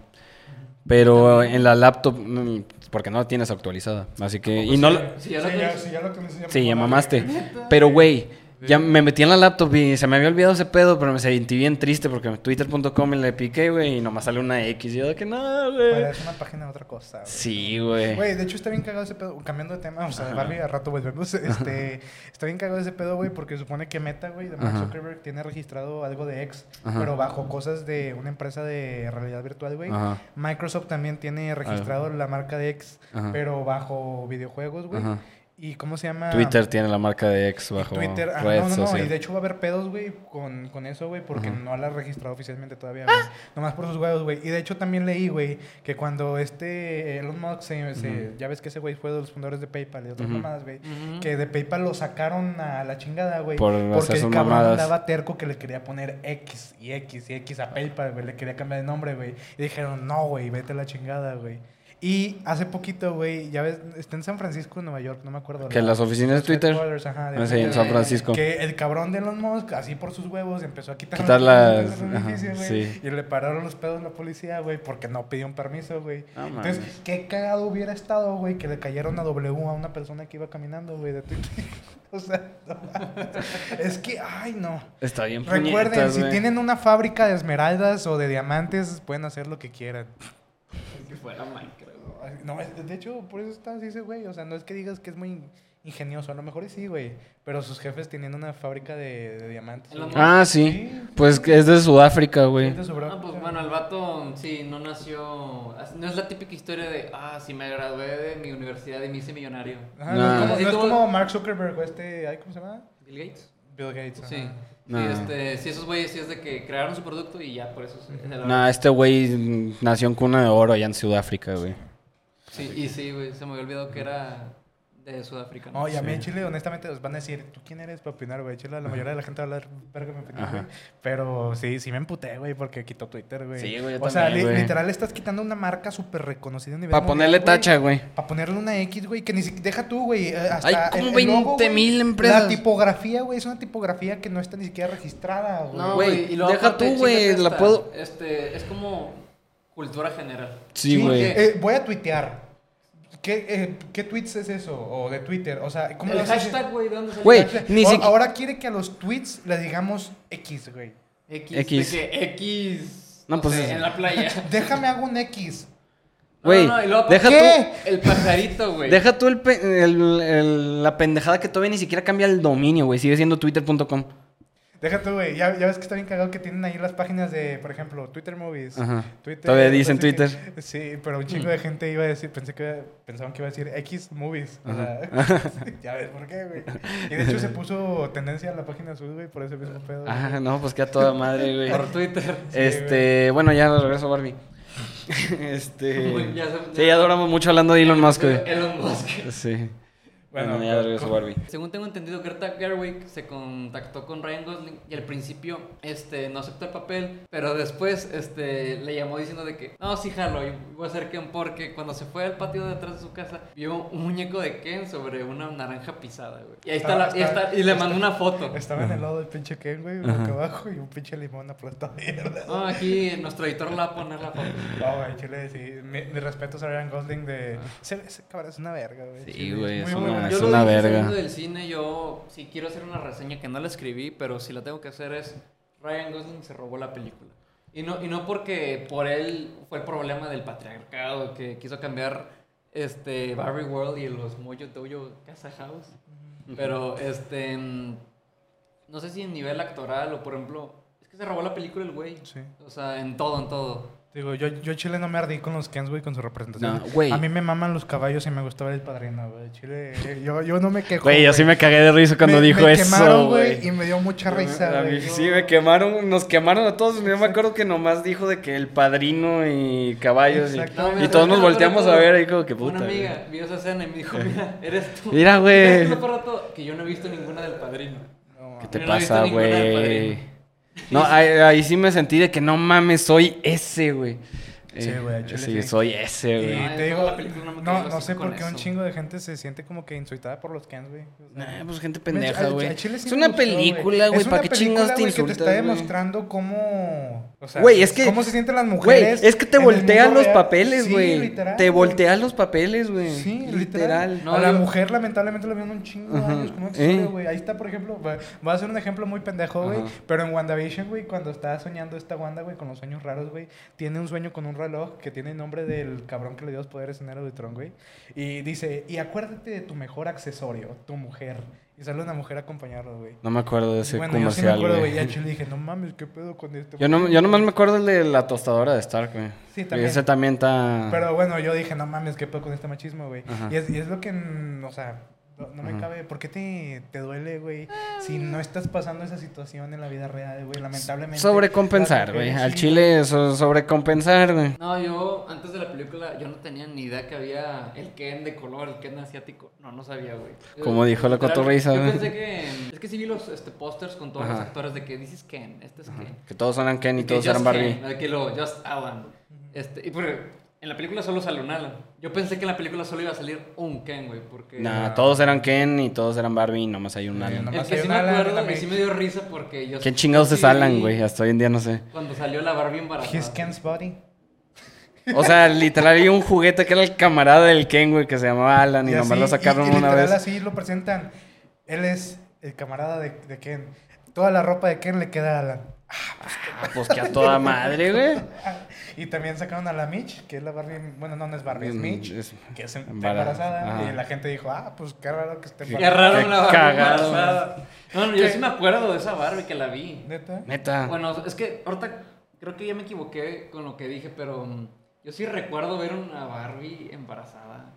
Pero en la laptop, mm, porque no la tienes actualizada, así que... Y no, la- Sí, sí, ya ya, lo ya, conocí. sí, ya lo conocí, me Sí, ya acuerdo, mamaste. güey. Pero, güey, ya me metí en la laptop y se me había olvidado ese pedo, pero me sentí bien triste porque en twitter.com le piqué, güey, y nomás sale una X. Y yo de que no, güey. Parece una página de otra cosa, güey. Sí, güey. Güey, de hecho está bien cagado ese pedo. Cambiando de tema, o sea, de Barbie a rato volvemos. Este, está bien cagado ese pedo, güey, porque supone que Meta, güey, de Mark Ajá. Zuckerberg tiene registrado algo de ex, Ajá. pero bajo cosas de una empresa de realidad virtual, güey. Ajá. Microsoft también tiene registrado la marca de X, Ajá. pero bajo videojuegos, güey. Ajá. ¿Y cómo se llama? Twitter tiene la marca de X bajo Twitter. Ah, red no, no, no. social. Y de hecho va a haber pedos, güey, con, con eso, güey, porque no la ha registrado oficialmente todavía, güey. Nomás por sus huevos, güey. Y de hecho también leí, güey, que cuando este Elon Musk, se, se- ya ves que ese güey fue de los fundadores de PayPal y otras Ujú. mamadas, güey, Ujú. que de PayPal lo sacaron a la chingada, güey. Por porque hacer el sus cabrón mamadas. andaba terco que le quería poner X y X y X a PayPal, güey. Le quería cambiar de nombre, güey. Y dijeron, no, güey, vete a la chingada, güey. Y hace poquito, güey, ya ves, está en San Francisco, en Nueva York, no me acuerdo. que la- las oficinas de los Twitter. headquarters, ajá, de Ah, sí, en Twitter, San güey, Francisco. Que el cabrón de Elon Musk, así por sus huevos, empezó a quitar, Quitar las las- cosas del ajá, edificio, güey, sí. Y le pararon los pedos a la policía, güey, porque no pidió un permiso, güey. No Entonces, Ah, mames. qué cagado hubiera estado, güey, que le cayeron a W a una persona que iba caminando, güey, de Twitter. o sea, no mames. es que, ay, no. Está bien Recuerden, puñetas, si güey. tienen una fábrica de esmeraldas o de diamantes, pueden hacer lo que quieran. que fuera Minecraft. güey. No, es- de hecho, por eso está así ese güey. O sea, no es que digas que es muy ingenioso. A lo mejor y sí, güey. Pero sus jefes tenían una fábrica de, de diamantes. Elon güey. Musk. Ah, sí. Pues que es de Sudáfrica, güey. Es de su bronca. Ah, pues bueno, el vato sí, no nació. No es la típica historia de, ah, sí me gradué de mi universidad y me hice millonario. Ajá, no, es Nah. como, Sí, no es tuvo- como Mark Zuckerberg o este... ay, ¿Cómo se llama? Bill Gates. Bill Gates. Sí. ajá. No. Sí, este, sí, esos güeyes sí es de que crearon su producto y ya, por eso. se- se la- No, este güey mm, nació en cuna de oro allá en Sudáfrica, güey. Sí, y sí, güey, se me había olvidado que era de Sudáfrica. ¿no? No, y a mí en Chile, honestamente, os van a decir, ¿tú quién eres para opinar, güey? Chile, la mayoría de la gente va a hablar verga me opinión, Ajá. güey. Pero sí, sí me emputé, güey, porque quitó Twitter, güey. Sí, güey, yo O sea, también, li- güey. literal estás quitando una marca súper reconocida a nivel Para ponerle tacha, güey. Para ponerle una X, güey, que ni siquiera... Deja tú, güey. eh, hasta Hay el- como el logo, 20,000 güey, empresas. La tipografía, güey, es una tipografía que no está ni siquiera registrada, güey. No, Güey, güey, y luego deja aparte, tú, güey, chécate la esta, puedo- Este, es como cultura general. Sí, güey. eh, voy a tuitear. ¿Qué, eh, ¿Qué tweets es eso? O de Twitter. O sea, ¿cómo el lo haces? hashtag, güey, ¿de dónde salió? Güey, el hashtag? ni O- siquiera- Ahora quiere que a los tweets le digamos X, güey. X, X. de que X. No, No, pues sé, es- en la playa. Déjame hago un X. Güey, no, no, y luego deja aparte, tú- El pajarito, güey. Deja tú el pe- el- el- la pendejada que todavía ni siquiera cambia el dominio, güey. Sigue siendo twitter.com. Déjate, güey. Ya, ya ves que está bien cagado que tienen ahí las páginas de, por ejemplo, Twitter Movies. Ajá. Twitter, Todavía dicen pensé que- sí, pero un chingo de Mm. gente iba a decir, pensé que pensaban que iba a decir X Movies. O sea, ya ves por qué, güey. Y de hecho se puso tendencia a la página azul, güey, por ese mismo pedo. güey. Ah, no, pues queda toda madre, güey. Por Twitter. Este, bueno, ya regreso Barbie. este. Muy- ya se- sí, ya duramos mucho hablando de Elon Musk, güey. Elon Musk. Sí. Bueno, Bueno, ya co- regreso co- Barbie. Según tengo entendido, Greta Gerwig se contactó con Ryan Gosling y al principio este, no aceptó el papel, pero después este, le llamó diciendo de que, no, sí, jalo, y voy a hacer Ken porque cuando se fue al patio de atrás de su casa, vio un muñeco de Ken sobre una naranja pisada, güey. Y ahí está, Ah, la- y, está- está- y le mandó una foto. Estaba en el lado del pinche Ken, güey, boca abajo y un pinche limón aplastado. mierda. No, aquí nuestro editor la va a poner la foto. No, güey, chile, sí. Mi, mi respeto a Ryan Gosling de... Se, ese cabrón es una verga, güey. Sí, Chile, güey, es muy una- buena. es Yo lo una dije verga. saliendo del cine, yo si quiero hacer una reseña que no la escribí, pero si la tengo que hacer es Ryan Gosling se robó la película. Y no, y no porque por él fue el problema del patriarcado que quiso cambiar este Barry World y los Mojo Dojo Casa House. Pero este mm, no sé si en nivel actoral o por ejemplo, es que se robó la película el güey. Sí. O sea, en todo, en todo. Digo, yo, yo Chile no me ardí con los Kens, güey, con su representación. No, güey. A mí me maman los caballos y me gusta ver el padrino, güey. Chile, eh, yo, yo no me quejo. Güey, yo sí me cagué de risa cuando Me- dijo me eso, quemaron, güey. Y me dio mucha risa, A mí güey. Sí, me quemaron, nos quemaron a todos. Yo me acuerdo que nomás dijo de que el padrino y caballos. Y, Exacto. No, y mira, todos nos yo me acuerdo volteamos a todo. ver ahí como que puta. Una güey. amiga vio esa escena y me dijo, mira, eres tú. Mira, güey. Eres tú, por rato, que yo no he visto ninguna del padrino. No, ¿Qué te Yo no he visto pasa, ninguna del güey? Padrino. No, ahí, ahí sí me sentí de que no mames, soy ese, güey. Sí, güey, al Eh, chile Sí, sí. Eh, soy ese, Y güey. te Ay, no, digo, la película no me quedó no, no así sé por con qué un eso. chingo de gente se siente como que insultada por los Kens, güey. O sea, Nah, pues gente me- pendeja, al- güey. al chile sí es me una gustó, película, güey. Es ¿Para una qué película, chingados te güey, que te insultas, está güey? demostrando cómo... O sea, Güey, es que- Cómo se sienten las Güey, mujeres. es que te en el voltean mundo los real. papeles, Sí, güey. literal, te güey. voltean los papeles, güey. Sí, literal. literal. No, a la yo- mujer, lamentablemente, lo vieron un chingo de Ajá, años. como ¿eh? exilio, güey. Ahí está, por ejemplo, va- voy a hacer un ejemplo muy pendejo, güey. Ajá. Pero en WandaVision, güey, cuando está soñando esta Wanda, güey, con los sueños raros, güey, tiene un sueño con un reloj que tiene el nombre del cabrón que le dio los poderes en Era de Tron, güey. Y dice, y acuérdate de tu mejor accesorio, tu mujer. Y sale una mujer a acompañarlo, güey. No me acuerdo de Y ese bueno, yo sí me comercial, acuerdo, güey. güey. Ya yo le dije, no mames, ¿qué pedo con este? Yo, no, yo nomás me acuerdo el de la tostadora de Stark, güey. Sí, también. Ese también está... Pero bueno, yo dije, no mames, qué pedo con este machismo, güey. Ajá. Y es, y es lo que, mm, o sea, no, no me Ajá. cabe. ¿Por qué te, te duele, güey? Si no estás pasando esa situación en la vida real, güey, lamentablemente. Sobrecompensar, Las güey. mujeres, Al sí, chile, eso, sobrecompensar, güey. No, yo antes de la película yo no tenía ni idea que había el Ken de color, el Ken asiático. No, no sabía, güey. Como Yo- dijo la literal, cotorriza, Yo güey. pensé que es que sí vi los este pósters con todos los Ajá. actores de que dices Ken, este es Ken. Que todos eran Ken y Que todos Just eran Barbie. Ken, que lo Just Alan. Este, y porque en la película solo sale un Alan. Yo pensé que en la película solo iba a salir un Ken, güey, porque Nah, todos eran Ken y todos eran Barbie y nomás hay un Sí, Alan. nomás- El que hay sí un me Alan, acuerdo que también. sí me dio risa porque yo. ¿Qué chingados yo es sí Alan, vi güey? Hasta hoy en día no sé. Cuando salió la Barbie embarazada. His Ken's body. O sea, literal había un juguete que era el camarada del Ken, güey, que se llamaba Alan y, nomás así- lo sacaron y- y una literal vez. así lo presentan. Él es el camarada de, de Ken. Toda la ropa de Ken le queda a Alan. Ah, pues que a toda madre, güey. Y también sacaron a la Mitch, que es la Barbie. Bueno, no, no es Barbie, es Mm, Mitch. es- que se, está Embarazo, embarazada. ajá. Y la gente dijo, ah, pues qué raro que esté Qué Qué embarazada. raro Qué la Barbie cagado. embarazada. No, no, yo sí me acuerdo de esa Barbie que la vi. Neta. Neta. Bueno, es que ahorita creo que ya me equivoqué con lo que dije, pero mm, yo sí recuerdo ver una Barbie embarazada.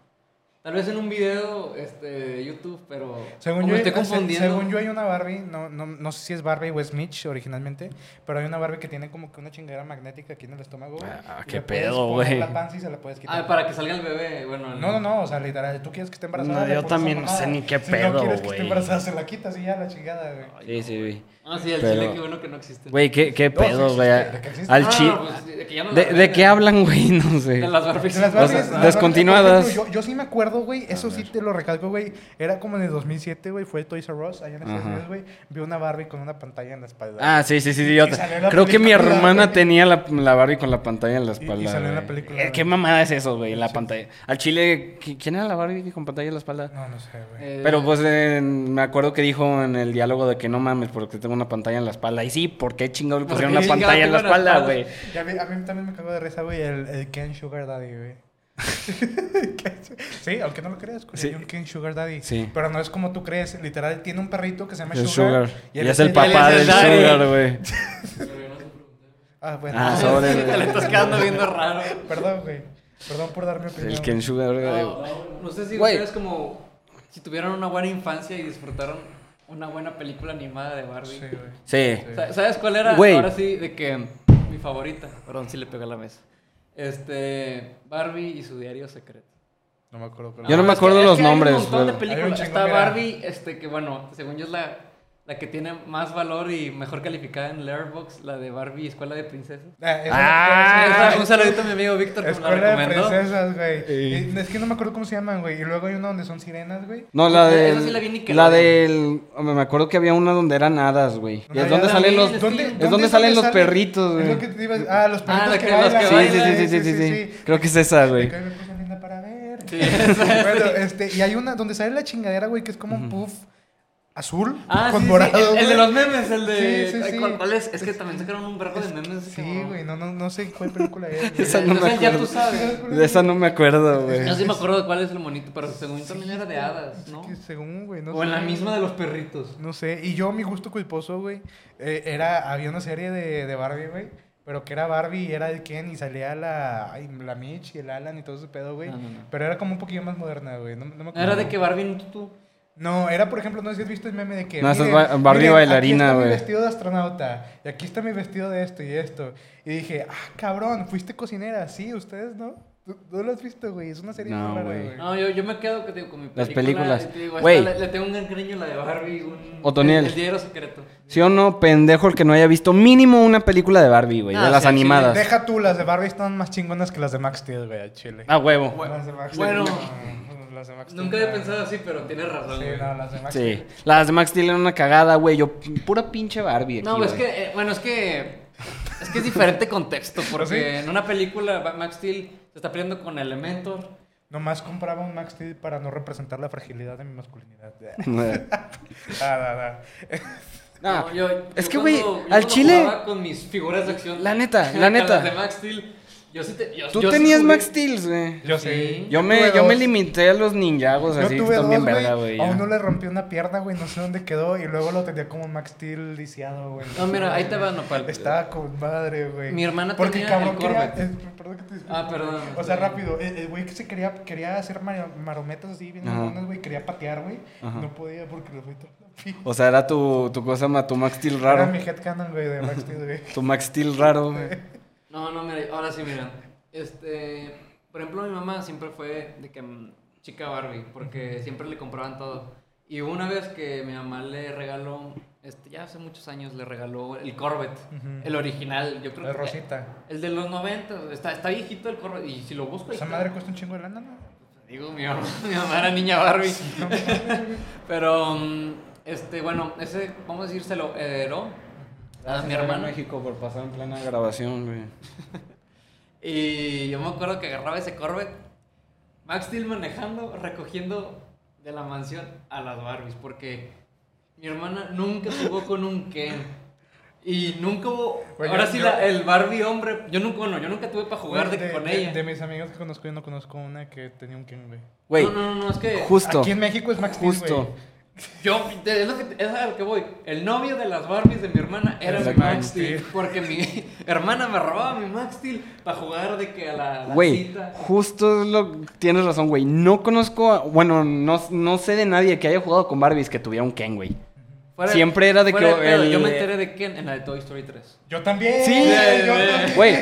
Tal vez en un video este, de YouTube, pero Según como yo, me estoy se- confundiendo. según yo hay una Barbie, no, no, no sé si es Barbie o es Mitch originalmente, pero hay una Barbie que tiene como que una chingadera magnética aquí en el estómago. güey, Ah, y qué le puedes pedo, poner güey. la panza y se la puedes quitar. Ah, para que salga el bebé, bueno. el- No, no, no, o sea, literal, tú quieres que esté embarazada. No, le yo pones esa también no sé mamada. ni qué si pedo, no quieres que esté güey. embarazada, se la quitas y ya la chingada, güey. Sí, sí, güey. Ah, sí, el Pero- chile, qué bueno que no existe. Güey, qué, qué No, sí pedo, existe, güey. de que existe. Al No, no, chi- no, pues, de, que ya no ¿De, las de venden. qué hablan, güey? No sé. De las Barbies. De las O sea, Barbies, las Barbies, descontinuadas. Ah, por ejemplo, yo, yo sí me acuerdo, güey. Eso sí te lo recalco, güey. Era como en el 2007, güey. Fue Toys R Us, allá en Estados Ajá. Unidos, güey. Vi una Barbie con una pantalla en la espalda. Ah, sí, sí, sí. sí, yo Y te- salió la Creo que mi película, hermana güey. tenía la, la Barbie con la pantalla en y la espalda. salió en la güey. película, Eh, güey. ¿Qué mamada es eso, güey? La Sí. pantalla. Al chile, ¿qui- ¿quién era la Barbie con pantalla en la espalda? No, no sé, güey. Eh, Pero pues eh, me acuerdo que dijo en el diálogo de que no mames porque tengo una pantalla en la espalda. Y sí, ¿por qué chingado le ¿Por pusieron qué una chingado pantalla en la tengo una espalda, espalda? güey? Y a, mí, a mí también me cagó de risa, güey, el, el Ken Sugar Daddy, güey. sí, aunque no lo creas, güey. Sí. Hay un Ken Sugar Daddy. Sí. Pero no es como tú crees. Literal, tiene un perrito que se llama El Sugar. Sugar. Y, es el él papá es del el daddy. Sugar, güey. Pero yo no se pregunté. Ah, bueno. Ah, Te sobre, güey. le estás quedando viendo raro. Perdón, güey. Perdón por darme opinión. El Ken Sugar, güey. No, no sé si Güey. ustedes como si tuvieron una buena infancia y disfrutaron una buena película animada de Sí, Barbie. güey. Sí. Sa- ¿Sabes cuál era? Güey. Ahora sí, de que mi favorita. Perdón, sí le pegué a la mesa. Este, Barbie y su diario secreto. No me acuerdo. pero- Yo no me es que- acuerdo es los que hay nombres, Un montón de pero- Hay un películas. chingo, Está mira. Barbie, este, que bueno, según yo es la, la que tiene más valor y mejor calificada en Letterboxd, la de Barbie Escuela de Princesas. Ah, esa- Ah, esa- Esa- un saludito a mi amigo Víctor que me la Escuela de recomendó. princesas, güey. Sí. Y Es que no me acuerdo cómo se llaman, güey. Y luego hay una donde son sirenas, güey. No, la Esa- de. esa sí la vi en Nickelodeon. la del. hombre, Me acuerdo que había una donde eran hadas, güey. Y Ah, es ya donde la salen vi, los. es es ¿Dónde, donde es salen los perritos, Es lo güey. que te iba a- Ah, los perritos la que, que- los bailan. que Sí, sí, bailan, sí, sí, sí, sí, sí. Creo que es esa, Me güey. cae una cosa linda para ver. Sí, esa es. Bueno, este, y hay una donde sale la chingadera, güey, que es como un puff azul Ah, con sí, sí, morado. el- el, de güey. los memes, el de. Sí, sí, ay, sí. ¿cuál, cuál es? Es que también sacaron un brazo de memes. ese Sí, cabrón. güey, no, no, no sé cuál película es. güey. Esa no me Entonces, ya acuerdo. tú sabes. De esa no me acuerdo, güey. Yo sí me acuerdo de cuál es el monito, pero según yo también era de hadas, Es ¿no? que según, güey, no O en sé. la misma de los perritos. No sé, y yo, mi gusto culposo, güey, eh, era, había una serie de, de Barbie, güey, pero que era Barbie y era el Ken y salía la, ay, la Mitch y el Alan y todo ese pedo, güey. No, no, no. Pero era como un poquillo más moderna, güey. No, no me No era acuerdo. de que Barbie no tú. No, era, por ejemplo, no sé si has visto el meme de que... No, esa es miren, ba- Barbie miren, aquí bailarina, está mi güey. vestido de astronauta, y aquí está mi vestido de esto y esto. Y dije, ah, cabrón, fuiste cocinera. Sí, ustedes, ¿no? ¿Tú, tú lo has visto, güey? Es una serie No, muy rara, güey. No, yo, yo me quedo que te digo, con mi Las película. películas. y te digo, esta Güey. Le, le tengo un gran cariño a la de Barbie. Un, Otoniel. El, el diario secreto. ¿Sí o no, pendejo, el que no haya visto mínimo una película de Barbie, güey? Ah, de las sí, sí, animadas. Deja tú, las de Barbie están más chingonas que las de Max Steel, güey, al chile. Ah, huevo. Las de Max Bueno. Steel, no, las de Max Steel, Nunca había no. pensado así, pero tienes razón. Sí, güey. no, las de Max Sí. Steel. Las de Max Steel eran una cagada, güey. Yo, pura pinche Barbie. Aquí, No, es güey. que, eh, bueno, es que. Es que es diferente contexto, porque en una película Ba- Max Steel se está peleando con Elementor. Nomás compraba un Max Steel para no representar la fragilidad de mi masculinidad. Ah, da, da. Ah, No, yo- es yo que, güey, cuando- yo al cuando chile- jugaba Con mis figuras de acción. La neta, la con neta. las de Max Steel. Yo sí te, yo, Tú yo sí tenías jugué- Max Steel, güey. Yo Sí. sé. Yo tuve me, yo dos. me limité a los ninjagos Yo así, tuve dos, también güey. verga, güey. A ya. uno le rompió una pierna, güey. No sé dónde quedó. Y luego lo tenía como un Max Steel lisiado, güey. No, mira, ahí te va Nopal. Estaba con madre, güey. Mi hermana Porque tenía cabrón el quería- Corvette. eh, perdón que te disculpe, Ah, perdón. güey. O sea, rápido. El el güey que se quería, quería hacer mar- marometas así, bien Ajá. mamonas, güey. Quería patear, güey. Ajá. No podía porque lo fui todo. O sea, era tu, tu cosa, ma- tu Max Steel Era raro. mi headcanon, güey, de Max Steel, güey. Tu Max Steel raro, güey. No, no, mira, ahora sí, mira. Este, por ejemplo, mi mamá siempre fue de que mm, chica Barbie, porque siempre le compraban todo. Y hubo una vez que mi mamá le regaló, este, ya hace muchos años le regaló el Corvette, Ujú. el original, yo creo La que- Rosita. El de los 90, está, está viejito el Corvette, y si lo busco... ahí Esa está. madre cuesta un chingo de lana, ¿no? Digo, mi mamá, mi mamá era niña Barbie. Pero, mm, este, bueno, ese, vamos a decir, se lo heredó a mi hermano. México por pasar Ah, en plena grabación, güey. Y yo me acuerdo que agarraba ese Corvette, Max Steel manejando, recogiendo de la mansión a las Barbies, porque mi hermana nunca jugó con un Ken. Y nunca hubo. Güey, ahora yo- sí, yo- la- el Barbie hombre. Yo nunca, bueno, yo nunca tuve para jugar de, de, con de- ella. de mis amigos que conozco, yo no conozco una que tenía un Ken, güey. Güey, no, no, no, no, es que. justo. Aquí en México es Max Steel, justo. güey. Yo, es, lo que, es a lo que voy. El novio de las Barbies de mi hermana era Era mi Max Max Steel. Steel. Porque mi hermana me robaba mi Max Steel para jugar de que a la, la Güey, cita. justo es lo tienes razón, güey. No conozco, a- bueno, no, no sé de nadie que haya jugado con Barbies que tuviera un Ken, güey. Fuera- siempre era de que fuera pedo, el- Yo me enteré de Ken en la de Toy Story 3. Yo también. Sí, güey, yo güey. también, Güey.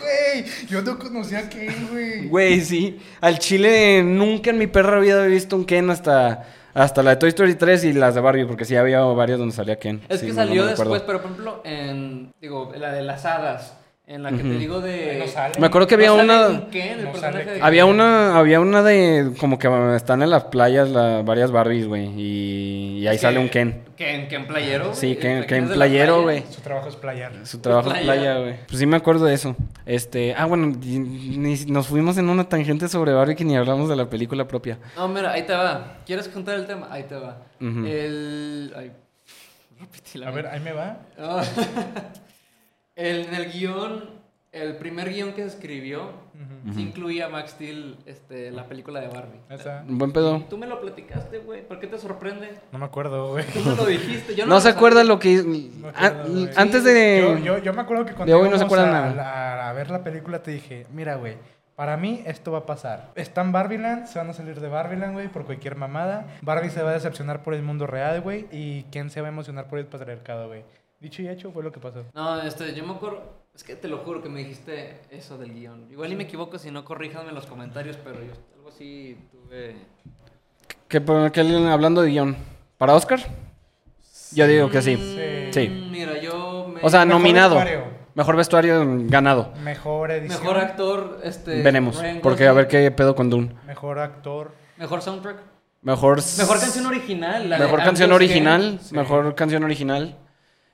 güey. Yo no conocía a Ken, güey. Güey, sí. Al chile nunca en mi perra había visto un Ken hasta, hasta la de Toy Story 3 y las de Barbie, porque sí había varias donde salía Ken. Es Sí, que no- no salió me acuerdo. después, pero por ejemplo, en. Digo, la de las hadas. En la que te Ujú. digo de. No sale. Me acuerdo que había No sale una... un Ken, el No personaje sale de Ken. Había una, había una de como que están en las playas la- varias Barbies, güey, y, y ahí que- sale un Ken. Ken, Ken playero. güey, Sí, el Ken, Ken Ken es de la playero, playa. güey. Su trabajo es playar. Su trabajo en Playa. playa, güey. Pues sí me acuerdo de eso. Este, ah, bueno, y- ni- nos fuimos en una tangente sobre Barbie que ni hablamos de la película propia. No, mira, ahí te va. ¿Quieres contar el tema? Ahí te va. Ujú. El. Ay, repetí la A ver, ahí me va. Ah. El- en el guión, el primer guión que se escribió, Ujú. sí incluía a Max Steel este, la película de Barbie. Esa. Buen pedo. Tú me lo platicaste, güey. ¿Por qué te sorprende? No me acuerdo, güey. Tú me lo dijiste. Yo No, no, lo se acuerda sabía. lo que... No me ah, acuerdo, güey. antes de... Yo, yo, yo me acuerdo que cuando Este, de hoy no se íbamos acuerdan a, a- a ver la película te dije, mira, güey, para mí esto va a pasar. Están Barbiland, se van a salir de Barbiland, güey, por cualquier mamada. Barbie se va a decepcionar por el mundo real, güey, y quién se va a emocionar por el patriarcado, güey. Dicho y hecho fue lo que pasó. No, este, yo me acuerdo. Es que te lo juro que me dijiste eso del guión. Igual y me equivoco, si no, corríjanme en los comentarios, pero yo algo así tuve. que, que- hablando de guión. ¿Para Oscar? Yo digo que sí. Sí. Sí. Mm, Mira, yo me. O sea, Mejor nominado. vestuario. Mejor vestuario ganado. Mejor edición. Mejor actor, este. Veremos. Ryan Porque a ver Gosling. qué pedo con Dune. Mejor actor. Mejor soundtrack. Mejor... s- Mejor canción original. la de mejor I'm canción Just Ken. original. Sí. Mejor canción original.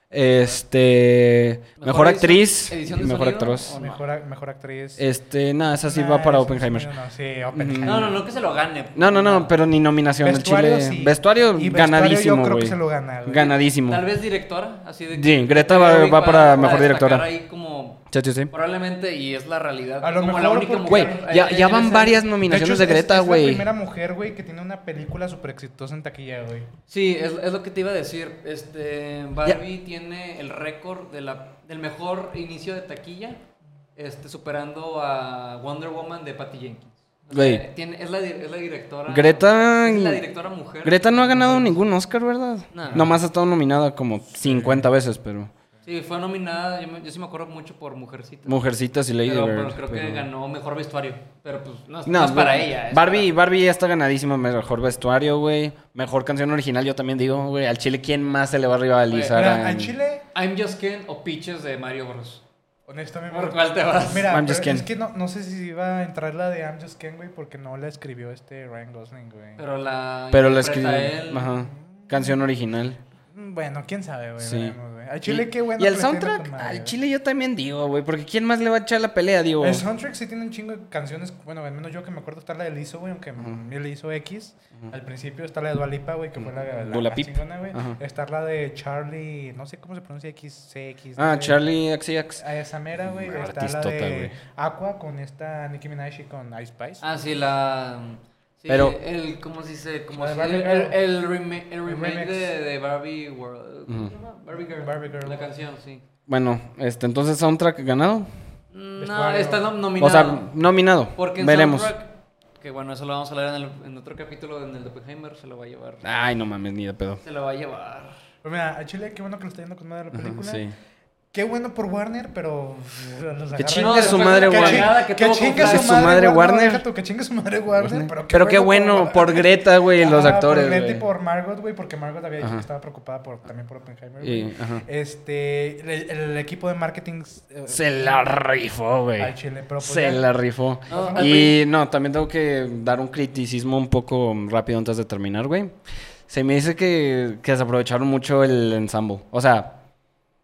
Este... Mejor, Mejor edición- actriz. edición y de Mejor sonido, actriz. o no? Mejor, ac- mejor actriz. Este, nada, esa sí Nah, va para eso Oppenheimer. sí, No, sí, Oppenheimer. No, no, no que se lo gane. No, no, no, pero ni nominación el Chile. sí. Vestuario Y ganadísimo, Yo creo güey. que se lo gana, güey. Ganadísimo. Tal vez directora, así de. Sí, Greta va- Gerwig va para a mejor destacar directora. ahí como Sí, sí, sí. probablemente y es la realidad. A lo como la mejor única porque- Güey, mujer. ya, eh, ya en van ese- varias De hecho, nominaciones es, de es Greta, la güey. primera mujer, güey, que tiene una película súper exitosa en taquilla, güey. Sí, es, es lo que te iba a decir. Este, Barbie tiene el récord de la, del mejor inicio de taquilla, este, superando a Wonder Woman de Patty Jenkins. O sea, Güey. tiene- es, la, di- es la directora. Greta- Es la directora mujer. Greta no ha ganado ningún Oscar, ¿verdad? No. Nomás ha estado nominada como 50 veces, pero. Sí, fue nominada. Yo, me- yo sí me acuerdo mucho por Mujercitas. Mujercitas y Lady pero, Bird. pero creo que pero- ganó mejor vestuario. Pero pues no, es- No, no es para ella. es Barbie, para- Barbie ya está ganadísima. Mejor vestuario, güey. Mejor canción original, yo también digo, güey. Al Chile, ¿quién más se le va a rivalizar? Mira, a- a Chile, I'm Just Ken o Peaches de Mario Bros. honestamente. ¿Por cuál te vas? Mira, I'm pero just Ken. es que no, no sé si iba a entrar la de I'm Just Ken, güey, porque no la escribió este Ryan Gosling, güey. Pero la. Pero la escribió. interpreta él. Ajá. Canción original. Mm, Bueno, quién sabe, güey. Sí. veremos, güey. A Chile, Y- qué bueno. Y que el le está yendo soundtrack, con madre, al güey. chile yo también digo, güey. Porque ¿quién más le va a echar la pelea? Digo, El soundtrack sí tiene un chingo de canciones. Bueno, al menos yo que me acuerdo está la de Lizzo, güey, aunque él le hizo X. Al principio está la de Dualipa, güey, que fue la, la, Dua la Pip. chingona, güey. Ajá. Está la de Charlie, no sé cómo se pronuncia X, CX. ah, güey. Charlie XCX. A esa mera, güey. Está Ah, la artistota, güey. de Aqua con esta Nicki Minaj y con Ice Spice. Ah, sí, la. Sí, Pero- el, ¿Cómo se dice? Como La de si- Ah, Barbie el, Girl. el, el rema- el remake remix. de, de Barbie World. ¿Cómo se Ujú. llama? Barbie Girl. Barbie Girl. La canción, sí. Bueno, este, entonces soundtrack ganado. No, Vestuario. está nom- nominado. O sea, nominado. porque en Veremos. soundtrack. Que bueno, eso lo vamos a hablar en, el- en otro capítulo en el de Oppenheimer. Se lo va a llevar. Ay, no mames, ni de pedo. Se lo va a llevar. Pues mira, a Chile, qué bueno que lo está yendo con madre la Ajá, película. sí. Qué bueno por Warner, pero. Los agarra- chingue No, su después de madre, la güey. cagada Que, tuvo con chingue Flash. su madre Warner. Warner. Pues deja tú, Que chingue su madre Warner. Pero qué, Pero qué bueno, por Greta, güey, los Ah, actores, Por Greta y güey. por Margot, güey, porque Margot había dicho Ajá. que estaba preocupada por, también por Oppenheimer. güey. Y, ajá. Este, el, el equipo de marketing. eh, Se la rifó, güey. al Chile, pero pues Se ya- la rifó. No, Y no, también tengo que dar un criticismo un poco rápido antes de terminar, güey. Se me dice que, que desaprovecharon mucho el ensamble. O sea,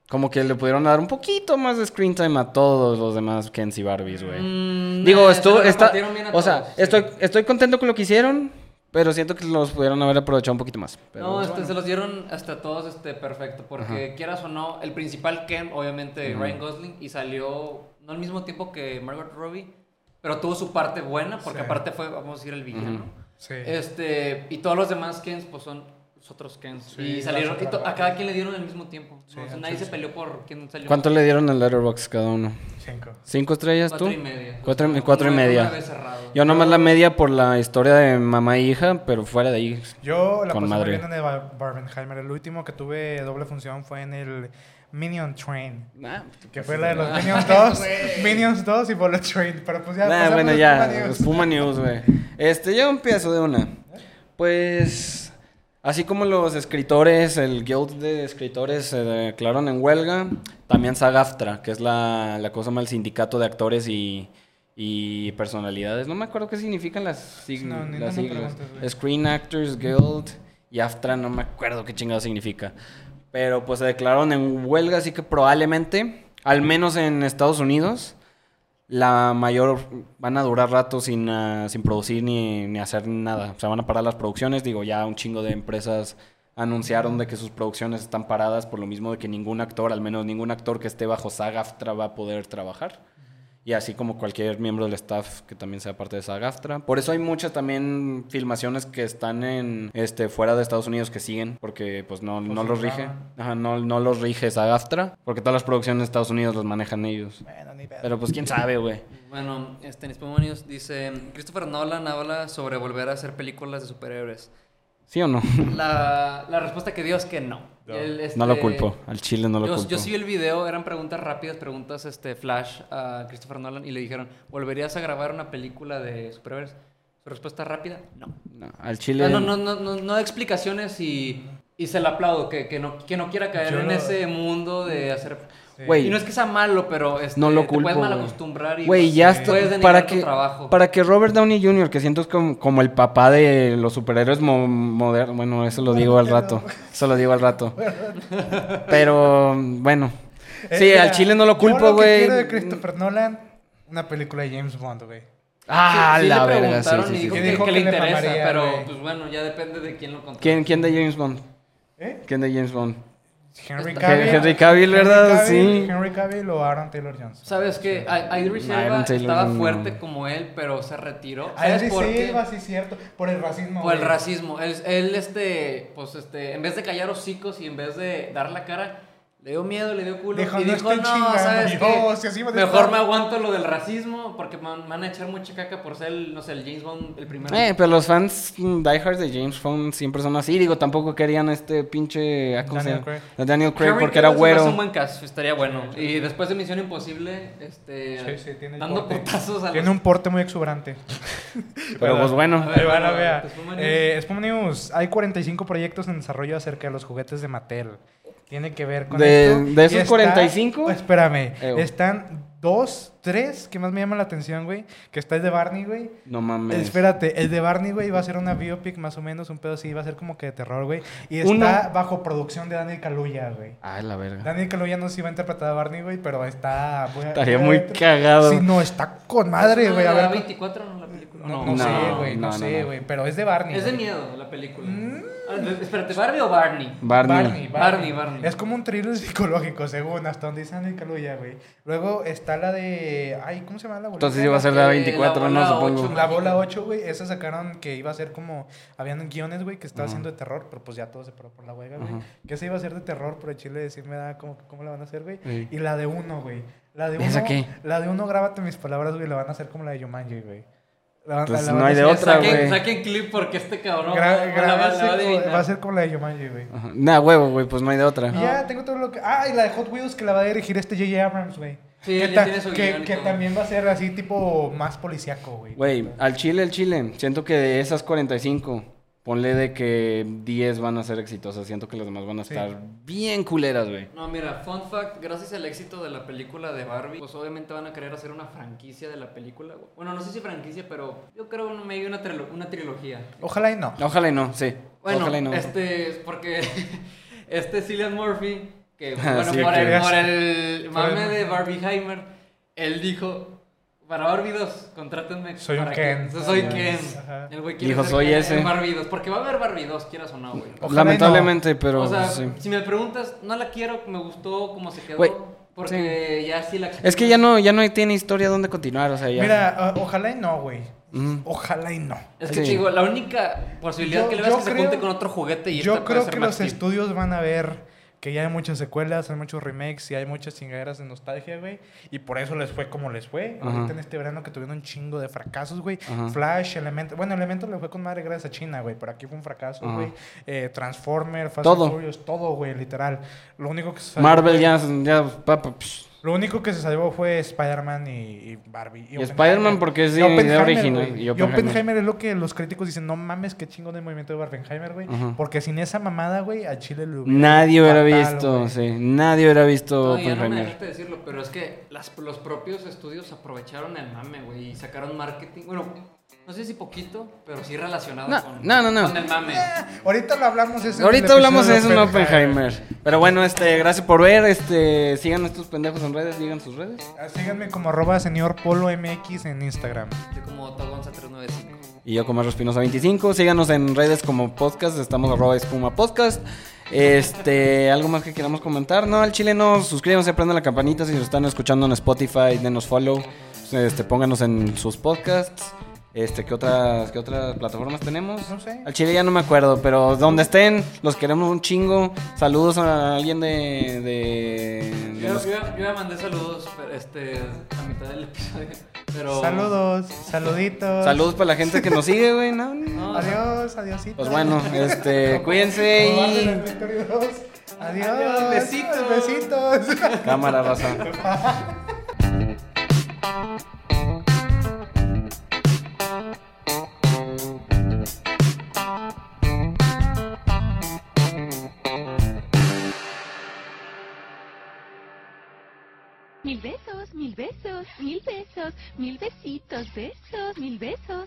como que le pudieron dar un poquito más de screen time a todos los demás Kens y Barbies, güey. Mm, Digo, nah, se estuvo, lo está, repartieron bien a o sea, todos. estoy, estoy contento con lo que hicieron, Pero siento que los pudieron haber aprovechado un poquito más. Pero... no, este, bueno. se los dieron hasta todos este, perfecto, porque quieras o no, el principal Ken, obviamente, Ryan Gosling, y salió no al mismo tiempo que Margot Robbie, pero tuvo su parte buena, porque Sí. aparte fue, vamos a decir, el villano. Sí. Este, y todos los demás Kens, pues son los otros Kens. Sí, y salieron, las y to- otras a cada quien le dieron el mismo tiempo. Sí, ¿no? O sea, sí, nadie sí. se peleó por quién salió. ¿Cuánto le dieron al Letterbox cada uno? Cinco. ¿Cinco estrellas Cuatro tú? y media. Cuatro, y- No, cuatro y no, no media. había cerrado. Yo nomás la media por la historia de mamá e hija, pero fuera de ahí. Yo la pasé Con muy madre. bien en el Bar- Barbenheimer. El último que tuve doble función fue en el Minion Train. Nah, Que fue la de los Ay, Minions 2. Ah. güey. Minions 2 y Bullet Train. Pero pues ya. Nah, pasamos Ah, bueno, a ya, Pues, Puma News. Spuma News, güey. Este, yo empiezo de una. Pues, así como los escritores, el guild de escritores se declararon en huelga, también SAG-AFTRA, que es la, la cosa más el sindicato de actores y, y personalidades. No me acuerdo qué significan las, sig- No, ni- no las me siglas. preguntes, güey. Screen Actors Guild y AFTRA, no me acuerdo qué chingado significa. Pero pues se declararon en huelga, así que probablemente, al menos en Estados Unidos, la mayor van a durar rato sin, ah, sin producir ni, ni hacer nada. O sea, van a parar las producciones. Digo, ya un chingo de empresas anunciaron de que sus producciones están paradas por lo mismo de que ningún actor, al menos ningún actor que esté bajo SAG-AFTRA va a poder trabajar. Y así como cualquier miembro del staff que también sea parte de SAG-AFTRA. Por eso hay muchas también filmaciones que están en este fuera de Estados Unidos que siguen porque pues no, no se los rige. traban. Ajá, no, no los rige SAG-AFTRA porque todas las producciones de Estados Unidos los manejan ellos. Bueno, ni pedo. Pero pues quién sabe, güey. Bueno, este, en Spuma News dice: Christopher Nolan habla sobre volver a hacer películas de superhéroes. ¿Sí o no? La, la respuesta que dio es que no. Él, este, No lo culpo. Al chile no lo yo, culpo. yo sí vi el video, eran preguntas rápidas, preguntas este, flash a Christopher Nolan y le dijeron, ¿volverías a grabar una película de superhéroes? Su respuesta rápida, no. No, al O chile. sea, Ah, No, no, no, no, no da explicaciones y, y se la aplaudo, que, que no, que no quiera caer Yo en lo- ese mundo de hacer... Sí. Güey. Y no es que sea malo, pero este, No lo te culpo, puedes güey. malacostumbrar y pues, Güey, ya está. puedes denigrar Para tu que, trabajo. para que Robert Downey Jr., que siento es como, como el papá de los superhéroes mo- modernos. Bueno, eso lo digo al rato. Eso lo digo al rato. Pero, bueno. Eh, Sí, mira, al chile no yo lo culpo, que güey. quiero de Christopher Nolan, una película de James Bond, güey. Ah, Sí, sí la le verga. sí, preguntaron sí, y sí, dijo sí. que, Dijo que que le le interesa, mamaría, pero güey. pues bueno, ya depende de quién lo contrata. ¿Quién, ¿Quién de James Bond? ¿Eh? ¿Quién de James Bond? Henry Está- Cavill. Henry Cavill, ¿verdad? Sí. Henry Cavill o Aaron Taylor Johnson. ¿Sabes qué? I- Idris Iron Elba Taylor estaba no. fuerte como él, pero se retiró. Ah, ¿Sabes sí, por qué? Silva, sí, cierto. Por el racismo. Por el güey. racismo. Él, él, este, pues, este, en vez de callar hocicos y en vez de dar la cara, le dio miedo, le dio culo. Dijo, y "No dijo, estén no, chingando". ¿sabes Y, qué? "Oh, si así va a Mejor estar". me aguanto lo del racismo porque me, van- me van a echar mucha caca por ser, el, no sé, el James Bond, el primero. Eh, pero los fans mm, diehards de James Bond siempre son así. Digo, tampoco querían a este pinche. ah, ¿cómo se Daniel llama? A Daniel Craig Harry porque era Cavill se me hace güero. un buen cast, estaría bueno. Y después de Misión Imposible, este, Sí, sí, tiene el dando porte. putazos a los... Tiene un porte muy exubrante. Pero pues bueno. Ahí van a Bueno, ver. Spuma News. Eh, Spuma News, hay 45 proyectos en desarrollo acerca de los juguetes de Mattel. Tiene que ver con De- esto. de esos Y está- Oh, 45? Espérame. Ew. Están dos, tres, que más me llama la atención, güey. Que está el de Barney, güey. No mames. Espérate, el de Barney, güey, va a ser una biopic más o menos, un pedo así, va a ser como que de terror, güey. Y está Una- bajo producción de Daniel Kaluuya, güey. Ay, la verga. Daniel Kaluuya no sé si va a interpretar a Barney, güey, pero está... voy a- Estaría voy a- muy cagado. Sí, no, está con madre, ¿Es güey. A una de ver, la 24 no la película? no, No, no sé, güey, no, no, no, sé, no. güey. Pero es de Barney. Es de güey. miedo la película. Mm. Ah, de- Espérate, ¿Barbie o Barney? Barney. Barney, Barney. Es como un thriller psicológico, según hasta donde dice Daniel Kaluuya, güey. Luego está la de. Ay, ¿cómo se llama la bola? Entonces iba a ser la Eh, 24, la no bola supongo. ocho. La bola 8, güey. Esa sacaron que iba a ser como. Habían guiones, güey, que estaba haciendo de terror, pero pues ya todo se paró por la huelga, güey. Ajá. Que esa iba a ser de terror, pero el chile sí me da como. que ¿Cómo la van a hacer, güey? Sí. Y la de uno, güey. La de uno. ¿Esa qué? La de uno, grábate mis palabras, güey. La van a hacer como la de Yumanji, güey. La van- Pues la no van a hay de hacer- otra, saquen, güey. Saquen clip porque este cabrón Gra- no la va- la va a grábense como- adivinar. va a ser como la de Yumanji, güey. Ajá. Nah, huevo, güey, pues no hay de otra. Y ya tengo todo lo que. Ah, y la de Hot Wheels que la va a dirigir este J.J. Abrams, güey. Sí, que, él ya tiene su que- guion y que todo. también va a ser así, tipo más policíaco, güey. Güey, al chile, al chile. Siento que de esas 45, ponle de que 10 van a ser exitosas. Siento que las demás van a Sí. estar bien culeras, güey. No, mira, fun fact, gracias al éxito de la película de Barbie, pues obviamente van a querer hacer una franquicia de la película. güey. Bueno, no sé si franquicia, pero yo creo un- medio una, trilo- una trilogía. Ojalá y no. Ojalá y no, sí. Bueno, Ojalá y no. este, es porque este Cillian Murphy, que Ah, bueno, sí, por, el, que- por el Por el- mame de Barbieheimer, él dijo, Para Barbie 2, contrátenme. Soy para un que- Ken. Soy Ajá. Ken. Ajá. El güey quiere Ah, Dijo, ser "Soy Ken ese". en Barbie 2, porque va a haber Barbie 2, quieras o no, güey. Ojalá y no. Lamentablemente, pero pues, o sea, sí. si me preguntas, no la quiero, me gustó como se quedó. Güey, porque ya sí la. Es que ya no, ya no tiene historia donde continuar, o sea, ya. Mira, o- ojalá y no, güey. Ujú. Ojalá y no. Es que, Sí. chico, la única posibilidad Yo- que le veo yo es que se creo- junte con otro juguete y Yo esta puede creo ser que Max los Steel. estudios van a ver que ya hay muchas secuelas, hay muchos remakes y hay muchas chingaderas de nostalgia, güey. Y por eso les fue como les fue. Ajá. Ahorita en este verano que tuvieron un chingo de fracasos, güey. Ajá. Flash, Elemento. Bueno, Elemento le fue con madre gracias a China, güey. Pero aquí fue un fracaso, Ajá. güey. Eh, Transformer, Fast Todo. and Furious, todo, güey, literal. Lo único que se salvó Marvel fue- ya, ya pa- pa- psh. Lo único que se salvó fue Spider-Man y, y Barbie. Y Spider-Man porque es Y de idea Oppenheimer, original, güey. y Y Oppenheimer. Oppenheimer es lo que los críticos dicen, no mames, qué chingón el movimiento de Barbenheimer, güey. Ajá. Porque sin esa mamada, güey, a Chile lo hubiera nadie hubiera fatal, visto, güey. sí, nadie hubiera visto No, ya no me Oppenheimer. dejaste decirlo, pero es que las- los propios estudios aprovecharon el mame, güey, y sacaron marketing. Bueno, no sé si poquito, pero sí relacionado No, con, no, no, no. con el mame. Ahorita lo hablamos eso. en el Ahorita hablamos de episodio eso en Oppenheimer. Pero bueno, este, gracias por ver. Este, sigan a estos pendejos en redes, digan sus redes. Ah, Síganme como arroba señor Polo MX en Instagram. Yo como Togonza 395. Y yo como Espinosa 25. Síganos en redes como podcast. Estamos arroba espuma podcast. Este, algo más que queramos comentar. No, al chile no. Suscríbanse, prendan la campanita si nos están escuchando en Spotify. Denos follow. Este, pónganos en sus podcasts. Este, ¿qué otras, qué otras plataformas tenemos? Pues No sé. Al chile ya no me acuerdo, pero donde estén, los queremos un chingo. Saludos a alguien de. de- de Yo, los- yo, yo ya mandé saludos pero, este, a mitad del episodio. Pero, Saludos, saluditos. Saludos para la gente que nos sigue, güey. No, no. No, Adiós, adiósito. Pues bueno, este, cuídense y. Adiós. Adiós, besitos. Besitos. Cámara, raza. Mil besos, mil besos, mil besos, mil besitos, besos, mil besos.